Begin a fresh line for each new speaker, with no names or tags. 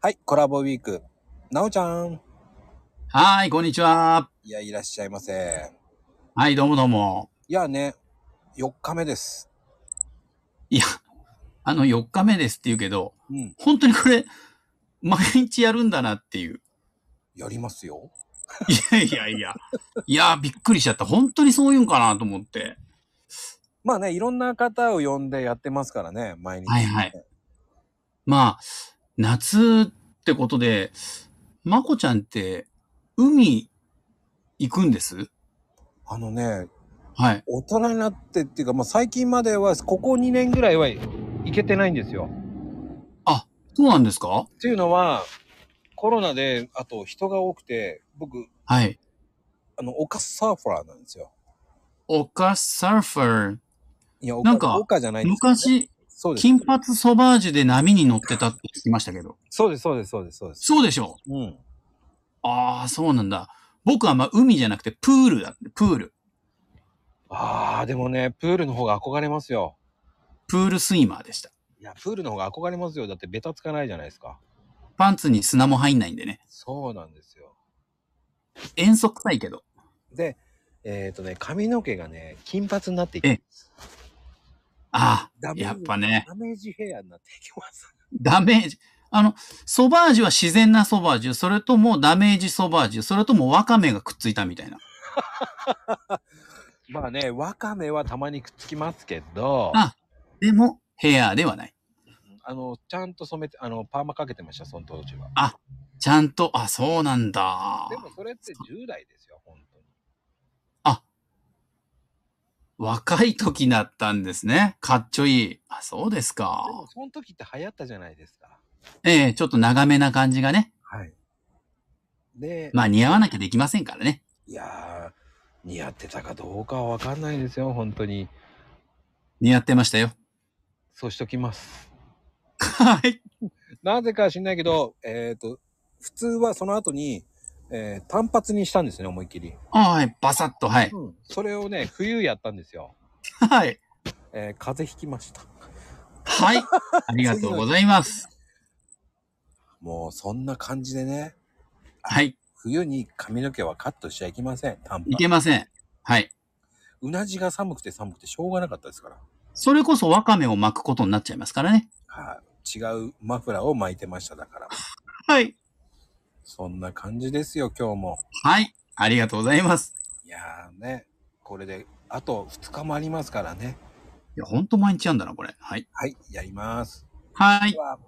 はい、コラボウィーク。なおちゃん。
はーい、こんにちは。
いや、いらっしゃいませ。
はい、どうもどうも。
いやね、4日目です。
いや、あの、4日目ですって言うけど、
うん、
本当にこれ、毎日やるんだなっていう。
やりますよ。
いやいやいや。いや、びっくりしちゃった。本当にそういうんかなと思って。
まあね、いろんな方を呼んでやってますからね、毎日。
はいはい。まあ、夏ってことで、まこちゃんって、海行くんです
あのね、
はい。
大人になってっていうか、まあ最近までは、ここ2年ぐらいは行けてないんですよ。
そうなんですか
っていうのは、コロナで、あと人が多くて、僕、
はい。
あの、オカサーファーなんですよ。
オカサーファ
いや、オ
なん
カ
か
オカじゃな
ー。
いんですよね、
昔、
そうです。
金髪ソバージュで波に乗ってたって聞きましたけど。
そうです、そうです、そうです、そうです。
そうでしょう
うん。
ああ、そうなんだ。僕はまあ海じゃなくてプールだって、プール。
ああ、でもね、プールの方が憧れますよ。
プールスイマーでした。
いや、プールの方が憧れますよ。だってベタつかないじゃないですか。
パンツに砂も入んないんでね。
そうなんですよ。
遠足臭いけど。
で、えっ、とね、髪の毛がね、金髪になっていき
えああ
ダ、メージ
やっぱね、
ダメージヘアになっていきます。
ダメージ。あの、ソバージュは自然なソバージュ、それともダメージソバージュ、それともワカメがくっついたみたいな。
まあね、ワカメはたまにくっつきますけど、
あでも、ヘアではない。
あの、ちゃんと染めて、あの、パーマかけてました、その当時は。
ちゃんと、あ、そうなんだ
で。もそれって10代ですよ、本当に。
若い時だったんですね。かっちょいい。あ、そうです
でも
か。
その時って流行ったじゃないですか。
ええちょっと長めな感じがね。
はい。で、
まあ似合わなきゃできませんからね。
いやー、似合ってたかどうかはわかんないですよ、本当に。
似合ってましたよ。
そうしときます。
はい。
なぜか知んないけど、えっ、と、普通はその後に、えー単発にしたんですね、思いっきり。
あはい、バサッと、はい。
うん。それをね、冬やったんですよ。
はい。
えー風邪ひきました。
はい。ありがとうございます。
もう、そんな感じでね、
はい。
冬に髪の毛はカットしちゃいけません、短
いけ
髪。
ません。はい。
うなじが寒くて寒くてしょうがなかったですから。
それこそワカメを巻くことになっちゃいますからね。
はい。違うマフラーを巻いてました、だから。
はい。
そんな感じですよ、今日も。
はい。ありがとうございます。
いやーね、これで、あと2日もありますからね。
いや、ほんと毎日やんだな、これ。はい。
はい、やります。
はい
で。は